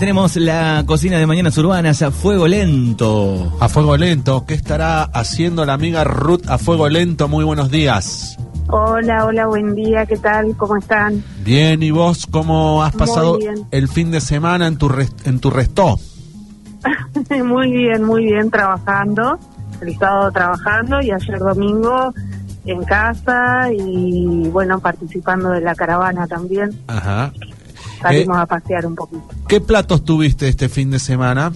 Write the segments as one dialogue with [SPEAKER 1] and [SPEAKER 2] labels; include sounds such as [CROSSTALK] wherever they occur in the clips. [SPEAKER 1] Tenemos la cocina de Mañanas Urbanas a fuego lento.
[SPEAKER 2] A fuego lento, ¿qué estará haciendo la amiga Ruth a fuego lento? Muy buenos días.
[SPEAKER 3] Hola, hola, buen día, ¿qué tal? ¿Cómo están? [LAUGHS]
[SPEAKER 2] Bien, ¿y vos cómo has
[SPEAKER 3] Muy
[SPEAKER 2] pasado
[SPEAKER 3] bien.
[SPEAKER 2] el fin de semana en tu res- en tu restó?
[SPEAKER 3] muy bien, muy bien, trabajando, el sábado trabajando y ayer domingo en casa y bueno, participando de la caravana también,
[SPEAKER 2] Ajá.
[SPEAKER 3] salimos
[SPEAKER 2] Eh.
[SPEAKER 3] a pasear un poquito.
[SPEAKER 2] ¿Qué platos tuviste este fin de semana?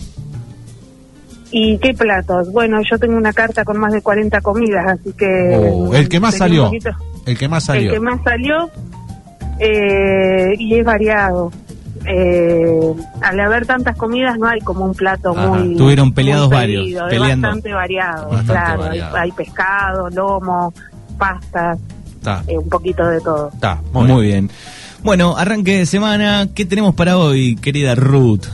[SPEAKER 3] ¿Y qué platos? Bueno, yo tengo una carta con más de 40 comidas, así que...
[SPEAKER 2] Oh, el que más
[SPEAKER 3] tenía
[SPEAKER 2] salió.
[SPEAKER 3] un poquito-
[SPEAKER 2] El que más salió.
[SPEAKER 3] El que más salió eh, y es variado. Eh, al haber tantas comidas no hay como un plato
[SPEAKER 2] Ajá,
[SPEAKER 3] muy...
[SPEAKER 1] tuvieron peleados
[SPEAKER 3] muy
[SPEAKER 1] varios,
[SPEAKER 3] seguido,
[SPEAKER 1] peleando.
[SPEAKER 3] Es bastante variado,
[SPEAKER 2] Bastante
[SPEAKER 3] claro. hay-
[SPEAKER 2] variado.
[SPEAKER 3] Hay, pescado, lomo, pastas,
[SPEAKER 2] Está,
[SPEAKER 3] eh, un poquito de todo.
[SPEAKER 2] está, muy,
[SPEAKER 1] Muy,
[SPEAKER 2] bien.
[SPEAKER 1] bien. Bueno, arranque de semana. ¿Qué tenemos para hoy, querida Ruth?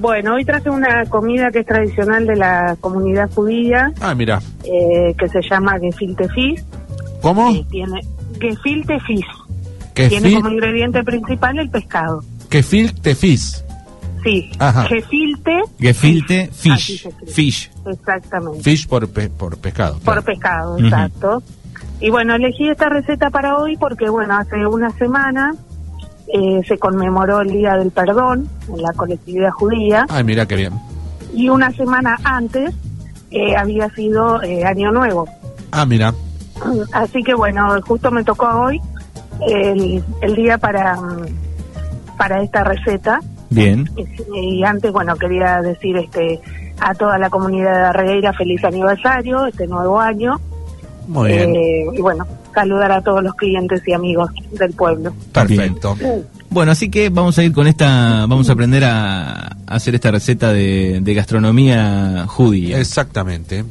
[SPEAKER 3] Bueno, hoy traje una comida que es tradicional de la comunidad judía,
[SPEAKER 2] Ah, mira.
[SPEAKER 3] eh, que se llama gefilte fish.
[SPEAKER 2] ¿Cómo?
[SPEAKER 3] y tiene gefilte fish. Tiene
[SPEAKER 2] Kefir,
[SPEAKER 3] como ingrediente principal el pescado.
[SPEAKER 2] kefir tefis.
[SPEAKER 3] Sí,
[SPEAKER 2] Ajá.
[SPEAKER 3] gefilte
[SPEAKER 1] Gefilte
[SPEAKER 3] Así
[SPEAKER 1] fish.
[SPEAKER 3] Ah, se escribe.
[SPEAKER 1] Fish.
[SPEAKER 3] Exactamente.
[SPEAKER 2] Fish por, pe- por pescado.
[SPEAKER 3] Por
[SPEAKER 2] claro.
[SPEAKER 3] pescado,
[SPEAKER 1] Ujú.
[SPEAKER 3] exacto. Y bueno, elegí esta receta para hoy porque, bueno, hace una semana eh, se conmemoró el Día del Perdón en la colectividad judía
[SPEAKER 2] Ay, mira qué bien.
[SPEAKER 3] y una semana antes eh, había sido eh, Año Nuevo. [CLEARS THROAT]
[SPEAKER 2] Ah, mira.
[SPEAKER 3] Así que, bueno, justo me tocó hoy el, el día para, mm, para esta receta.
[SPEAKER 1] Bien.
[SPEAKER 3] Y antes, bueno, quería decir este a toda la comunidad de Arregueira feliz aniversario, este nuevo año.
[SPEAKER 2] Muy bien.
[SPEAKER 3] Eh, y bueno, saludar a todos los clientes y amigos del pueblo.
[SPEAKER 2] Perfecto.
[SPEAKER 1] Bueno, así que vamos a ir con esta. Vamos a aprender a, a hacer esta receta de, de gastronomía judía.
[SPEAKER 2] Exactamente.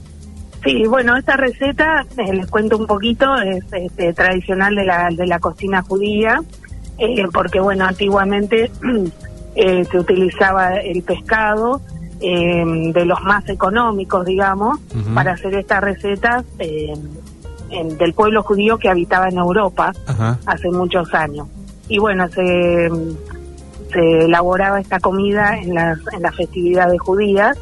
[SPEAKER 3] Sí, bueno, esta receta, eh, les cuento un poquito, es este, tradicional de la, de la cocina judía, eh, porque bueno, antiguamente [CLEARS THROAT] eh, se utilizaba el pescado eh, de los más económicos, digamos,
[SPEAKER 2] Ujú.
[SPEAKER 3] para hacer estas recetas eh, en- del pueblo judío que habitaba en Europa.
[SPEAKER 2] Ajá.
[SPEAKER 3] hace muchos años. Y bueno, se, se elaboraba esta comida en las, en las festividades judías,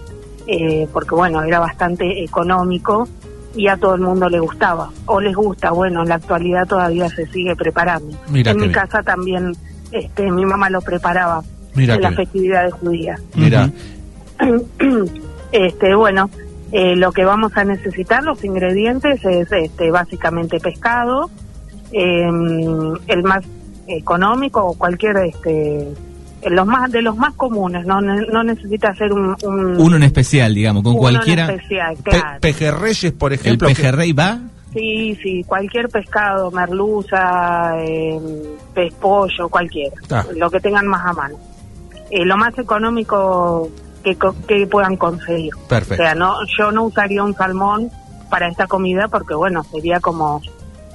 [SPEAKER 3] eh, porque bueno, era bastante económico y a todo el mundo le gustaba, o les gusta, bueno, en la actualidad todavía se sigue preparando.
[SPEAKER 2] Mira
[SPEAKER 3] en
[SPEAKER 2] qué
[SPEAKER 3] mi
[SPEAKER 2] bien.
[SPEAKER 3] casa también este, mi mamá lo preparaba
[SPEAKER 2] Mira
[SPEAKER 3] en
[SPEAKER 2] qué
[SPEAKER 3] las
[SPEAKER 2] bien.
[SPEAKER 3] festividades judías.
[SPEAKER 2] Mira.
[SPEAKER 3] este, bueno, eh, lo que vamos a necesitar, los ingredientes, es este, básicamente pescado, eh, el más económico o cualquier, este, los más de los más comunes, no, Ne- no necesita ser un, un-
[SPEAKER 1] Uno en especial, digamos, con
[SPEAKER 3] uno en
[SPEAKER 1] cualquiera.
[SPEAKER 3] especial,
[SPEAKER 2] Pe-
[SPEAKER 3] claro.
[SPEAKER 2] pejerreyes, por
[SPEAKER 1] El
[SPEAKER 2] ejemplo. que-
[SPEAKER 1] pejerrey va.
[SPEAKER 3] sí, sí, cualquier pescado, merluza, eh, pez pollo, cualquiera,
[SPEAKER 2] Ah.
[SPEAKER 3] lo que tengan más a mano. Eh, lo más económico que, co- que puedan conseguir. O
[SPEAKER 2] Perfecto.
[SPEAKER 3] sea, no, yo no usaría un salmón para esta comida porque, bueno, sería como,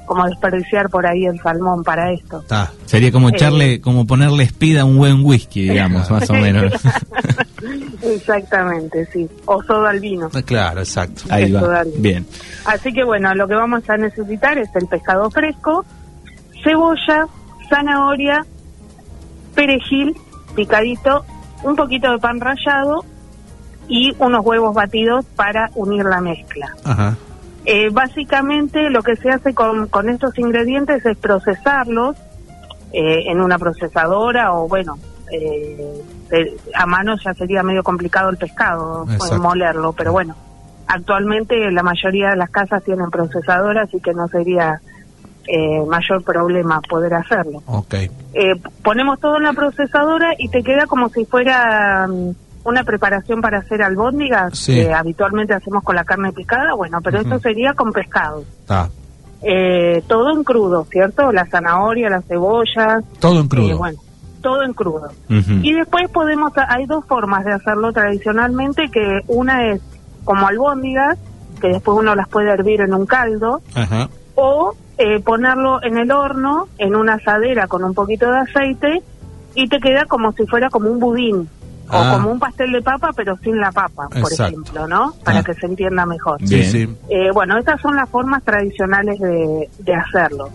[SPEAKER 3] como desperdiciar por ahí el salmón para esto.
[SPEAKER 2] Está.
[SPEAKER 1] Sería como echarle, como ponerle espida a un buen whisky,
[SPEAKER 3] [LAUGHS]
[SPEAKER 1] digamos, más o menos.
[SPEAKER 3] Exactamente, sí. O soda al vino.
[SPEAKER 2] Ah, Claro, exacto.
[SPEAKER 1] Ahí
[SPEAKER 3] Eso,
[SPEAKER 1] va.
[SPEAKER 3] dale.
[SPEAKER 1] Bien.
[SPEAKER 3] Así que, bueno, lo que vamos a necesitar es el pescado fresco, cebolla, zanahoria, perejil picadito, un poquito de pan rallado y unos huevos batidos para unir la mezcla.
[SPEAKER 2] Ajá.
[SPEAKER 3] Eh, básicamente lo que se hace con, con estos ingredientes es procesarlos eh, en una procesadora o bueno, eh, eh, a mano ya sería medio complicado el pescado, eh,
[SPEAKER 2] Exacto.
[SPEAKER 3] molerlo, pero bueno, actualmente la mayoría de las casas tienen procesadora, así que no sería eh, mayor problema poder hacerlo
[SPEAKER 2] Ok.
[SPEAKER 3] eh, ponemos todo en la procesadora y te queda como si fuera mm, una preparación para hacer albóndigas
[SPEAKER 2] Sí.
[SPEAKER 3] que habitualmente hacemos con la carne picada, bueno, pero
[SPEAKER 2] Ujú.
[SPEAKER 3] esto sería con pescado.
[SPEAKER 2] Está.
[SPEAKER 3] Eh, todo en crudo, ¿cierto? La zanahoria, las cebollas,
[SPEAKER 2] Todo en crudo. Mm.
[SPEAKER 3] eh, bueno, todo en crudo.
[SPEAKER 1] Ujú.
[SPEAKER 3] Y después podemos, hay dos formas de hacerlo tradicionalmente, que una es como albóndigas, que después uno las puede hervir en un caldo,
[SPEAKER 2] Ajá.
[SPEAKER 3] o eh, ponerlo en el horno, en una asadera con un poquito de aceite y te queda como si fuera como un budín
[SPEAKER 2] Ah.
[SPEAKER 3] o como un pastel de papa pero sin la papa, por
[SPEAKER 2] Exacto.
[SPEAKER 3] ejemplo, ¿no? Para
[SPEAKER 2] Ah.
[SPEAKER 3] que se entienda mejor.
[SPEAKER 1] Bien.
[SPEAKER 2] Sí, sí.
[SPEAKER 3] Eh, bueno, estas son las formas tradicionales de, de hacerlo.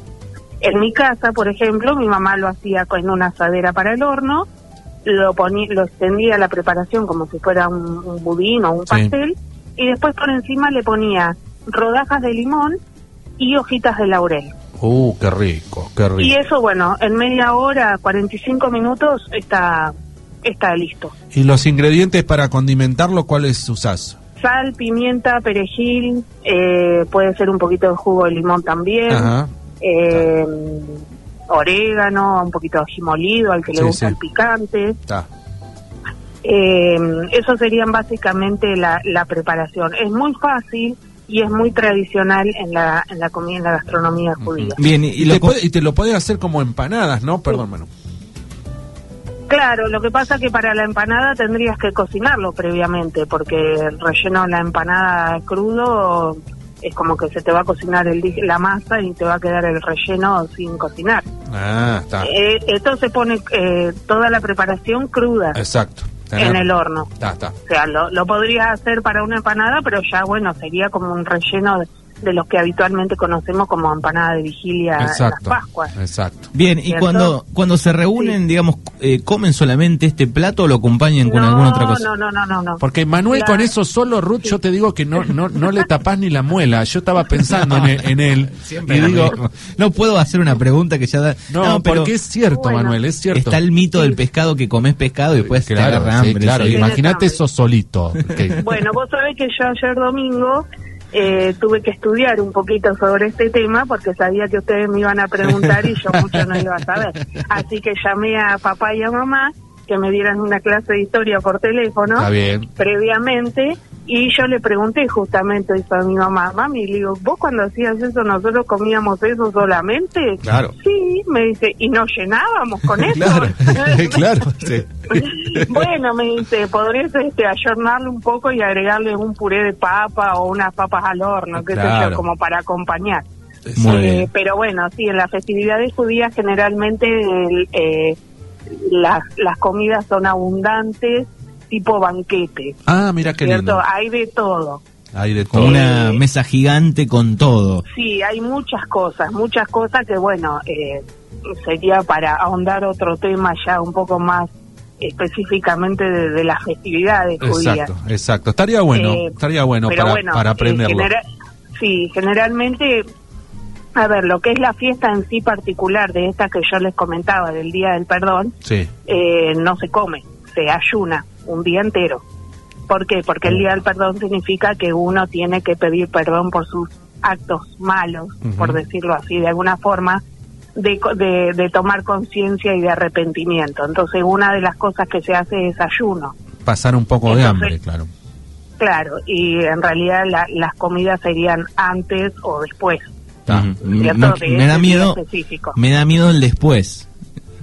[SPEAKER 3] En mi casa, por ejemplo, mi mamá lo hacía con una asadera para el horno lo ponía, lo extendía la preparación como si fuera un, un budín o un
[SPEAKER 2] Sí.
[SPEAKER 3] pastel y después por encima le ponía rodajas de limón y hojitas de laurel.
[SPEAKER 2] Uh, qué rico, qué rico.
[SPEAKER 3] Y eso, bueno, en media hora, 45 minutos está está listo.
[SPEAKER 2] ¿Y los ingredientes para condimentarlo, cuáles usás?
[SPEAKER 3] Sal, pimienta, perejil, eh, puede ser un poquito de jugo de limón también,
[SPEAKER 2] Ajá.
[SPEAKER 3] eh, orégano, un poquito de ají molido al que le
[SPEAKER 2] Sí,
[SPEAKER 3] gusta
[SPEAKER 2] sí.
[SPEAKER 3] el picante.
[SPEAKER 2] Está.
[SPEAKER 3] Eh, eso serían básicamente la, la preparación. Es muy fácil y es muy tradicional en la, en la comida, en la gastronomía judía.
[SPEAKER 1] Bien, y, y
[SPEAKER 2] Y,
[SPEAKER 1] lo
[SPEAKER 2] te
[SPEAKER 1] co-
[SPEAKER 2] puede- y te lo podés hacer como empanadas, ¿no? Perdón, Manu.
[SPEAKER 3] Claro, lo que pasa que para la empanada tendrías que cocinarlo previamente, porque el relleno de la empanada crudo es como que se te va a cocinar el, di- la masa y te va a quedar el relleno sin cocinar.
[SPEAKER 2] Ah, está.
[SPEAKER 3] Eh, esto se pone eh, toda la preparación cruda
[SPEAKER 2] Exacto.
[SPEAKER 3] en el horno.
[SPEAKER 2] Está, está.
[SPEAKER 3] O sea, lo, lo podrías hacer para una empanada, pero ya, bueno, sería como un relleno de, de los que habitualmente conocemos como empanada de vigilia en
[SPEAKER 2] Exacto.
[SPEAKER 3] las Pascuas.
[SPEAKER 2] Exacto.
[SPEAKER 1] bien, y
[SPEAKER 3] ¿cierto?
[SPEAKER 1] cuando, cuando se reúnen, digamos, eh, ¿comen solamente este plato o lo
[SPEAKER 2] Eh,
[SPEAKER 1] acompañan con alguna otra cosa?
[SPEAKER 3] no, no, no, no, no.
[SPEAKER 2] Porque Manuel
[SPEAKER 3] La-
[SPEAKER 2] con eso [LAUGHS] solo, Ruth, yo te digo que no, no, no le tapás ni la muela. Yo
[SPEAKER 3] [LAUGHS]
[SPEAKER 2] estaba pensando en, e- en [LAUGHS] él.
[SPEAKER 1] Siempre
[SPEAKER 2] y
[SPEAKER 1] lo
[SPEAKER 2] digo,
[SPEAKER 1] mismo. no puedo hacer una pregunta que ya da.
[SPEAKER 2] no,
[SPEAKER 1] pero
[SPEAKER 2] porque es cierto,
[SPEAKER 3] Bueno.
[SPEAKER 2] Manuel, es cierto.
[SPEAKER 1] está el mito del pescado que comes pescado y después te
[SPEAKER 2] claro,
[SPEAKER 1] agarra
[SPEAKER 2] sí,
[SPEAKER 1] hambre.
[SPEAKER 2] claro.
[SPEAKER 1] sí.
[SPEAKER 3] Tiene
[SPEAKER 2] Imagínate
[SPEAKER 3] hambre.
[SPEAKER 2] eso solito. porque-
[SPEAKER 3] Bueno, vos sabés que yo ayer domingo eh, tuve que estudiar un poquito sobre este tema porque sabía que ustedes me iban a preguntar y
[SPEAKER 2] [LAUGHS]
[SPEAKER 3] yo mucho no iba a saber. Así que llamé a papá y a mamá que me dieran una clase de historia por teléfono.
[SPEAKER 2] Está bien.
[SPEAKER 3] previamente y yo le pregunté justamente eso a mi mamá, mami, le digo, ¿vos cuando hacías eso nosotros comíamos eso solamente?
[SPEAKER 2] Claro.
[SPEAKER 3] Sí, me dice, ¿y nos llenábamos
[SPEAKER 2] [LAUGHS]
[SPEAKER 3] con eso?
[SPEAKER 2] Claro, claro. sí.
[SPEAKER 3] [LAUGHS] bueno, me dice, podrías este, ayornarle un poco y agregarle un puré de papa o unas papas al horno, qué sé
[SPEAKER 2] Claro.
[SPEAKER 3] yo, como para acompañar.
[SPEAKER 1] Muy
[SPEAKER 3] Eh,
[SPEAKER 1] bien.
[SPEAKER 3] pero bueno, sí, en las festividades judías generalmente el, eh, las, las comidas son abundantes, tipo banquete.
[SPEAKER 2] Ah, mira qué
[SPEAKER 3] ¿cierto?
[SPEAKER 2] lindo.
[SPEAKER 3] Hay de todo.
[SPEAKER 2] Hay de
[SPEAKER 1] Como
[SPEAKER 2] todo.
[SPEAKER 1] una
[SPEAKER 3] Eh,
[SPEAKER 1] mesa gigante con todo.
[SPEAKER 3] Sí, hay muchas cosas, muchas cosas que, bueno, eh, sería para ahondar otro tema ya un poco más específicamente de, de las festividades judías.
[SPEAKER 2] Exacto, exacto. Estaría bueno,
[SPEAKER 3] Eh,
[SPEAKER 2] estaría bueno
[SPEAKER 3] Pero
[SPEAKER 2] para,
[SPEAKER 3] bueno,
[SPEAKER 2] para
[SPEAKER 3] eh,
[SPEAKER 2] aprenderlo.
[SPEAKER 3] genera- sí, generalmente, a ver, lo que es la fiesta en sí particular de esta que yo les comentaba, del Día del Perdón,
[SPEAKER 2] Sí.
[SPEAKER 3] eh, no se come, se ayuna un día entero. ¿Por qué? Porque el día del perdón significa que uno tiene que pedir perdón por sus actos malos,
[SPEAKER 2] Ujú.
[SPEAKER 3] por decirlo así, de alguna forma, de, co- de, de tomar conciencia y de arrepentimiento. Entonces, una de las cosas que se hace es ayuno.
[SPEAKER 2] Pasar un poco de
[SPEAKER 3] Entonces-
[SPEAKER 2] hambre, claro.
[SPEAKER 3] Claro, y en realidad la- las comidas serían antes o después.
[SPEAKER 2] Está.
[SPEAKER 1] Ujú.
[SPEAKER 3] ¿cierto?
[SPEAKER 1] Mm, No,
[SPEAKER 3] De
[SPEAKER 1] me
[SPEAKER 3] ese día
[SPEAKER 1] da miedo,
[SPEAKER 3] específico.
[SPEAKER 1] me da miedo el después.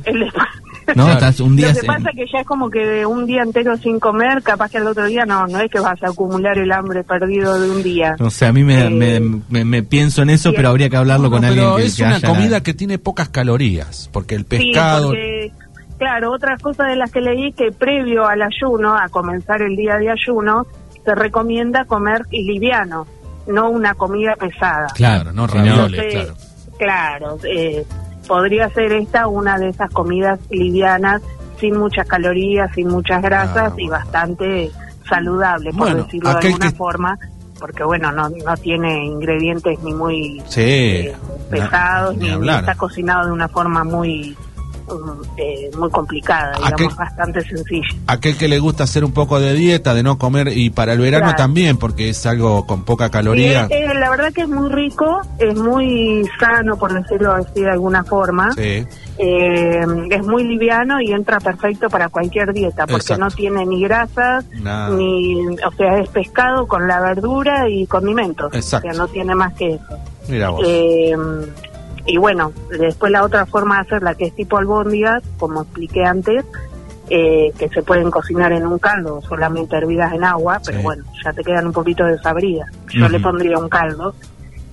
[SPEAKER 3] El después.
[SPEAKER 1] No,
[SPEAKER 2] Claro.
[SPEAKER 1] estás un día
[SPEAKER 3] Lo que
[SPEAKER 1] se-
[SPEAKER 3] pasa es que ya es como que un día entero sin comer, capaz que al otro día no, no es que vas a acumular el hambre perdido de un día.
[SPEAKER 1] O sea, a mí me, me, me- me pienso en eso,
[SPEAKER 3] Bien.
[SPEAKER 1] pero habría que hablarlo con
[SPEAKER 2] No,
[SPEAKER 1] alguien
[SPEAKER 2] pero
[SPEAKER 1] que,
[SPEAKER 2] es
[SPEAKER 1] que
[SPEAKER 2] una
[SPEAKER 1] haya-
[SPEAKER 2] comida que tiene pocas calorías, porque el pescado...
[SPEAKER 3] Sí, porque, claro, otras cosas de las que leí que previo al ayuno, a comenzar el día de ayuno, se recomienda comer liviano, no una comida pesada.
[SPEAKER 2] Claro, no
[SPEAKER 1] Si no-
[SPEAKER 2] ravioles,
[SPEAKER 3] Entonces,
[SPEAKER 2] claro.
[SPEAKER 3] Claro, eh, podría ser esta una de esas comidas livianas, sin muchas calorías, sin muchas grasas
[SPEAKER 2] Ah,
[SPEAKER 3] y
[SPEAKER 2] bueno.
[SPEAKER 3] bastante saludable, por
[SPEAKER 2] Bueno,
[SPEAKER 3] decirlo de
[SPEAKER 2] aquel
[SPEAKER 3] alguna
[SPEAKER 2] que-
[SPEAKER 3] forma, porque bueno, no, no tiene ingredientes ni muy
[SPEAKER 2] Sí,
[SPEAKER 3] eh, pesados,
[SPEAKER 2] ni-
[SPEAKER 3] ni,
[SPEAKER 2] ni
[SPEAKER 3] ni
[SPEAKER 2] hablar.
[SPEAKER 3] está cocinado de una forma muy um, eh, muy complicada,
[SPEAKER 2] Aquel-
[SPEAKER 3] digamos, bastante sencilla.
[SPEAKER 2] aquel que le gusta hacer un poco de dieta, de no comer, y para el verano
[SPEAKER 3] Claro.
[SPEAKER 2] también, porque es algo con poca caloría.
[SPEAKER 3] Sí, eh, eh, la verdad que es muy rico, es muy sano, por decirlo así de alguna forma.
[SPEAKER 2] Sí,
[SPEAKER 3] Eh, es muy liviano y entra perfecto para cualquier dieta porque
[SPEAKER 2] Exacto. Ah.
[SPEAKER 3] no tiene ni grasas
[SPEAKER 2] nada.
[SPEAKER 3] ni o sea es pescado con la verdura y condimentos
[SPEAKER 2] Exacto.
[SPEAKER 3] o sea no tiene más que eso
[SPEAKER 2] Mira vos.
[SPEAKER 3] Eh, y bueno después la otra forma de hacerla que es tipo albóndigas como expliqué antes eh, que se pueden cocinar en un caldo solamente hervidas en agua pero
[SPEAKER 2] Sí.
[SPEAKER 3] bueno ya te quedan un poquito desabridas yo
[SPEAKER 1] Ujú.
[SPEAKER 3] le pondría un caldo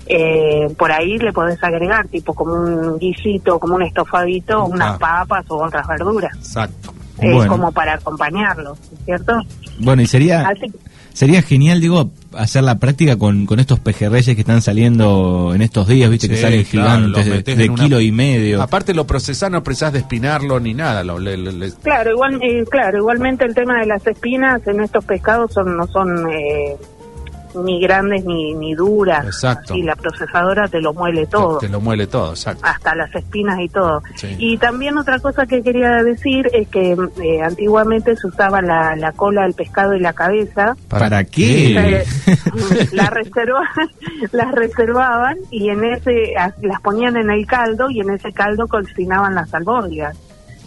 [SPEAKER 3] eh, por ahí le podés agregar tipo como un guisito, como un estofadito, unas
[SPEAKER 2] Ah.
[SPEAKER 3] papas o otras verduras.
[SPEAKER 2] Exacto.
[SPEAKER 3] eh,
[SPEAKER 1] Bueno.
[SPEAKER 3] como para acompañarlos, ¿no es ¿cierto?
[SPEAKER 1] Bueno, y
[SPEAKER 2] Ah.
[SPEAKER 1] sería,
[SPEAKER 3] Así que
[SPEAKER 1] sería genial, digo, hacer la práctica con, con estos pejerreyes que están saliendo en estos días, viste, que
[SPEAKER 2] Sí,
[SPEAKER 1] salen
[SPEAKER 2] claro, los
[SPEAKER 1] gigantes de-
[SPEAKER 2] metés
[SPEAKER 1] de,
[SPEAKER 2] en una-
[SPEAKER 1] kilo y medio.
[SPEAKER 2] Aparte lo procesás, no precisás de espinarlo ni nada. Lo, le- le- le-
[SPEAKER 3] Claro, igual, eh, claro, igualmente el tema de las espinas en estos pescados son, no son eh, ni grandes ni, ni duras.
[SPEAKER 2] Exacto.
[SPEAKER 3] Y la procesadora te lo muele todo,
[SPEAKER 2] Te, te lo muele todo, exacto.
[SPEAKER 3] hasta las espinas y todo.
[SPEAKER 2] Sí.
[SPEAKER 3] Y también otra cosa que quería decir es que eh, antiguamente se usaba la, la cola del pescado y la cabeza.
[SPEAKER 1] ¿Para qué?
[SPEAKER 3] Eh,
[SPEAKER 2] [LAUGHS]
[SPEAKER 3] la reserva, las reservaban y en ese as- las ponían en el caldo y en ese caldo cocinaban las albóndigas.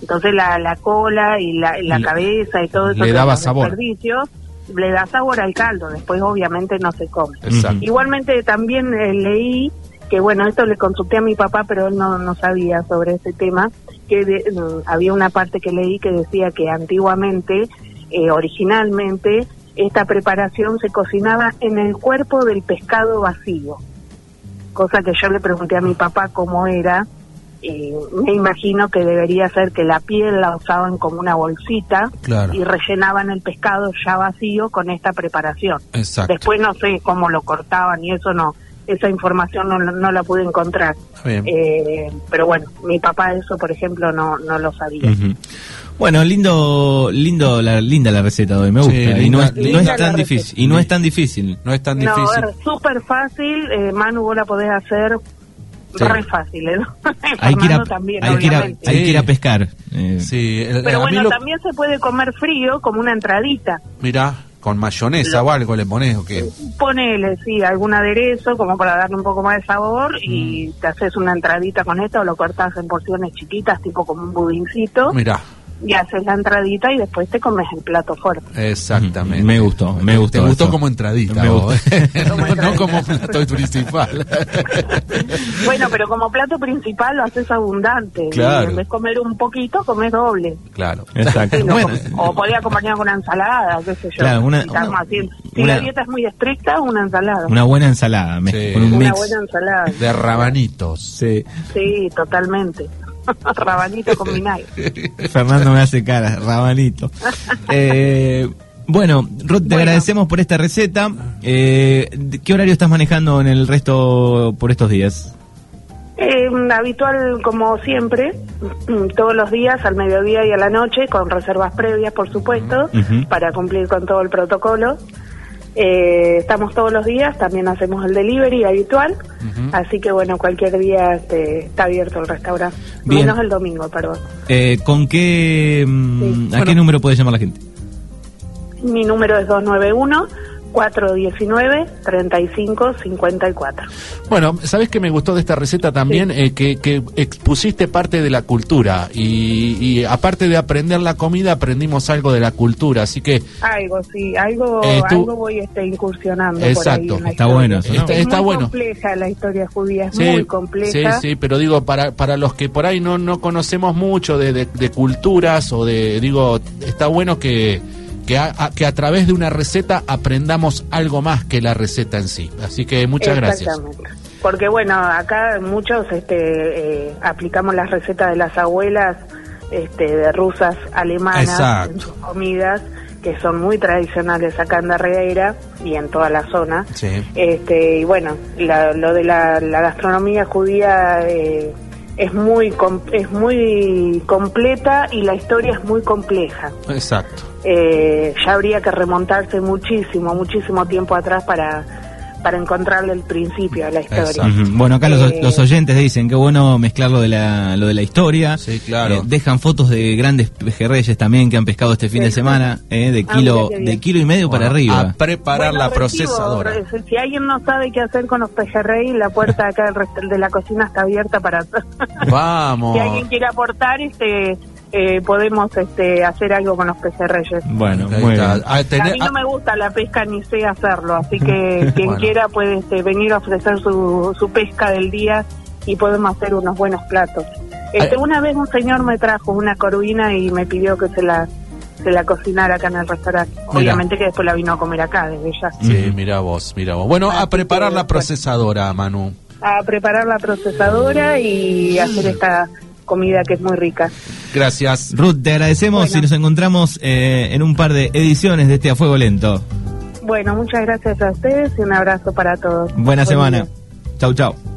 [SPEAKER 3] Entonces la, la cola y la, la
[SPEAKER 2] Le-
[SPEAKER 3] cabeza y todo eso
[SPEAKER 2] le
[SPEAKER 3] que
[SPEAKER 2] daba
[SPEAKER 3] los
[SPEAKER 2] sabor.
[SPEAKER 3] desperdicios, le da sabor al caldo, después obviamente no se come.
[SPEAKER 2] Exacto.
[SPEAKER 3] Igualmente también eh, leí que bueno, esto le consulté a mi papá, pero él no, no sabía sobre este tema, que de- mm, había una parte que leí que decía que antiguamente, eh, originalmente, esta preparación se cocinaba en el cuerpo del pescado vacío, cosa que yo le pregunté a mi papá cómo era, y me imagino que debería ser que la piel la usaban como una bolsita
[SPEAKER 2] Claro.
[SPEAKER 3] y rellenaban el pescado ya vacío con esta preparación.
[SPEAKER 2] Exacto.
[SPEAKER 3] Después no sé cómo lo cortaban y eso no, esa información no, no la pude encontrar.
[SPEAKER 2] Está bien.
[SPEAKER 3] Eh, pero bueno, mi papá eso, por ejemplo, no, no lo sabía.
[SPEAKER 1] Ujú. Bueno, lindo, lindo, la, linda la receta de hoy, me
[SPEAKER 2] Sí,
[SPEAKER 1] gusta. y no
[SPEAKER 2] linda-
[SPEAKER 1] es, no
[SPEAKER 3] linda
[SPEAKER 1] es
[SPEAKER 3] la
[SPEAKER 1] tan
[SPEAKER 3] receta.
[SPEAKER 1] difícil. Y no es tan difícil.
[SPEAKER 2] No es tan
[SPEAKER 3] no,
[SPEAKER 2] difícil.
[SPEAKER 3] es súper fácil, eh, Manu, vos la podés hacer
[SPEAKER 2] Sí.
[SPEAKER 3] re fácil, ¿eh? [LAUGHS]
[SPEAKER 1] Hay que ir a,
[SPEAKER 3] Fernando también,
[SPEAKER 1] hay que ir a-
[SPEAKER 3] obviamente.
[SPEAKER 1] hay que ir a
[SPEAKER 2] Sí.
[SPEAKER 1] pescar. eh,
[SPEAKER 2] Sí, el-
[SPEAKER 3] Pero
[SPEAKER 2] a
[SPEAKER 3] bueno,
[SPEAKER 2] mí lo-
[SPEAKER 3] también se puede comer frío como una entradita.
[SPEAKER 2] mirá, con mayonesa o algo le pones o qué.
[SPEAKER 3] Ponele, sí, algún aderezo como para darle un poco más de sabor y
[SPEAKER 1] Mm.
[SPEAKER 3] te haces una entradita con esto o lo cortás en porciones chiquitas, tipo como un budincito.
[SPEAKER 2] Mirá,
[SPEAKER 3] y haces la entradita y después te comes el plato fuerte.
[SPEAKER 2] exactamente.
[SPEAKER 1] Me gustó, me gustó
[SPEAKER 2] Te gustó
[SPEAKER 1] eso.
[SPEAKER 2] como entradita.
[SPEAKER 1] Me
[SPEAKER 2] vos,
[SPEAKER 1] gustó.
[SPEAKER 2] ¿eh? no, no como plato principal.
[SPEAKER 3] [LAUGHS] Bueno, pero como plato principal lo haces abundante.
[SPEAKER 2] Claro.
[SPEAKER 3] Y en vez de comer un poquito, comes doble.
[SPEAKER 2] claro.
[SPEAKER 1] Exacto.
[SPEAKER 3] Sí,
[SPEAKER 1] [LAUGHS]
[SPEAKER 3] lo
[SPEAKER 1] Bueno,
[SPEAKER 3] com- o podía acompañar con una ensalada, qué sé yo.
[SPEAKER 1] Claro, una-
[SPEAKER 3] Si estamos
[SPEAKER 1] una-
[SPEAKER 3] haciendo- si
[SPEAKER 1] una-
[SPEAKER 3] la dieta es muy estricta, una ensalada.
[SPEAKER 1] una buena ensalada, me-
[SPEAKER 2] Sí.
[SPEAKER 1] con un
[SPEAKER 3] Una
[SPEAKER 1] mix.
[SPEAKER 3] buena ensalada.
[SPEAKER 2] De rabanitos.
[SPEAKER 1] Sí.
[SPEAKER 3] Sí, totalmente. [LAUGHS] Rabanito
[SPEAKER 1] Este,
[SPEAKER 3] con vinagre.
[SPEAKER 1] Fernando me hace cara,
[SPEAKER 3] [LAUGHS]
[SPEAKER 1] rabanito. Eh, bueno, Ruth, te
[SPEAKER 3] Bueno.
[SPEAKER 1] agradecemos por esta receta. Eh, ¿de ¿Qué horario estás manejando en el resto por estos días?
[SPEAKER 3] Eh, habitual, como siempre, [CLEARS THROAT] todos los días, al mediodía y a la noche, con reservas previas, por supuesto,
[SPEAKER 1] Ujú.
[SPEAKER 3] para cumplir con todo el protocolo. Eh, estamos todos los días, también hacemos el delivery habitual, así que bueno, cualquier día este, está abierto el restaurante,
[SPEAKER 1] Bien.
[SPEAKER 3] menos el domingo, perdón.
[SPEAKER 1] Eh, ¿Con qué, mm,
[SPEAKER 3] Sí.
[SPEAKER 1] a qué
[SPEAKER 2] Bueno.
[SPEAKER 1] número puede llamar la gente?
[SPEAKER 3] Mi número es 291-419-3554.
[SPEAKER 2] Bueno, ¿sabes qué me gustó de esta receta también? Eh, que, que expusiste parte de la cultura. Y, y aparte de aprender la comida, aprendimos algo de la cultura. Así que
[SPEAKER 3] Algo, sí, algo,
[SPEAKER 2] Eh, tú-
[SPEAKER 3] algo voy este, incursionando. por ahí
[SPEAKER 2] Exacto.
[SPEAKER 3] en la
[SPEAKER 1] Está
[SPEAKER 3] historia.
[SPEAKER 1] bueno eso, ¿no?
[SPEAKER 2] está,
[SPEAKER 3] es
[SPEAKER 2] está
[SPEAKER 3] muy
[SPEAKER 2] bueno.
[SPEAKER 3] compleja la historia judía, es muy compleja.
[SPEAKER 2] Sí, sí, pero digo, para, para los que por ahí no, no conocemos mucho de, de- de culturas o de, digo, está bueno que, que, a, a- que a través de una receta aprendamos algo más que la receta en sí. Así que muchas gracias.
[SPEAKER 3] Exactamente. Porque bueno, acá muchos este, eh, aplicamos las recetas de las abuelas este, de rusas alemanas en
[SPEAKER 2] Exacto.
[SPEAKER 3] sus comidas, que son muy tradicionales acá en Darreira y en toda la zona.
[SPEAKER 2] Sí.
[SPEAKER 3] Este, y bueno, la- lo de la, la gastronomía judía eh, es, muy com- es muy completa y la historia es muy compleja.
[SPEAKER 2] Exacto.
[SPEAKER 3] Eh, ya habría que remontarse muchísimo, muchísimo tiempo atrás para, para encontrarle el principio a la historia.
[SPEAKER 2] Exacto.
[SPEAKER 1] Ujú. Bueno, acá los,
[SPEAKER 3] Eh,
[SPEAKER 1] los oyentes dicen que bueno mezclar lo de la, lo de la historia. Eh,
[SPEAKER 2] Sí, claro.
[SPEAKER 1] dejan fotos de grandes pejerreyes también que han pescado este fin de
[SPEAKER 3] Sí.
[SPEAKER 1] semana, eh, de
[SPEAKER 3] Ah,
[SPEAKER 1] kilo,
[SPEAKER 3] mira qué bien.
[SPEAKER 1] de kilo y medio para
[SPEAKER 2] Bueno, Ah,
[SPEAKER 1] arriba.
[SPEAKER 2] A preparar la
[SPEAKER 3] Bueno, recibo,
[SPEAKER 2] procesadora.
[SPEAKER 3] re- si alguien no sabe qué hacer con los pejerrey, la puerta acá del rest- de la cocina está abierta
[SPEAKER 2] [LAUGHS]
[SPEAKER 3] para [LAUGHS]
[SPEAKER 2] Vamos.
[SPEAKER 3] si alguien quiere aportar, este, eh, podemos este, hacer algo con los pejerreyes.
[SPEAKER 1] Bueno,
[SPEAKER 2] Ahí
[SPEAKER 1] muy
[SPEAKER 2] está. Ah,
[SPEAKER 1] bien.
[SPEAKER 2] A
[SPEAKER 3] A
[SPEAKER 2] tener-
[SPEAKER 3] mí no
[SPEAKER 2] a-
[SPEAKER 3] me gusta la pesca ni sé hacerlo, así que
[SPEAKER 2] [LAUGHS]
[SPEAKER 3] quien
[SPEAKER 2] Bueno.
[SPEAKER 3] quiera puede este, venir a ofrecer su, su pesca del día y podemos hacer unos buenos platos. Este,
[SPEAKER 2] Ay.
[SPEAKER 3] una vez un señor me trajo una corvina y me pidió que se la se la cocinara acá en el restaurante. Obviamente que después la vino a comer acá desde ya.
[SPEAKER 2] Sí, mira vos, mira vos. Bueno, a
[SPEAKER 3] Así
[SPEAKER 2] preparar
[SPEAKER 3] que,
[SPEAKER 2] la
[SPEAKER 3] bueno.
[SPEAKER 2] procesadora, Manu.
[SPEAKER 3] A preparar la procesadora y hacer esta comida que es muy rica.
[SPEAKER 2] Gracias.
[SPEAKER 1] Ruth, te agradecemos
[SPEAKER 3] Bueno.
[SPEAKER 1] y nos encontramos eh, en un par de ediciones de este A Fuego Lento.
[SPEAKER 3] Bueno, muchas gracias a ustedes y un abrazo para todos.
[SPEAKER 1] Buena
[SPEAKER 3] Buen
[SPEAKER 1] semana.
[SPEAKER 3] día.
[SPEAKER 1] Chau, chau.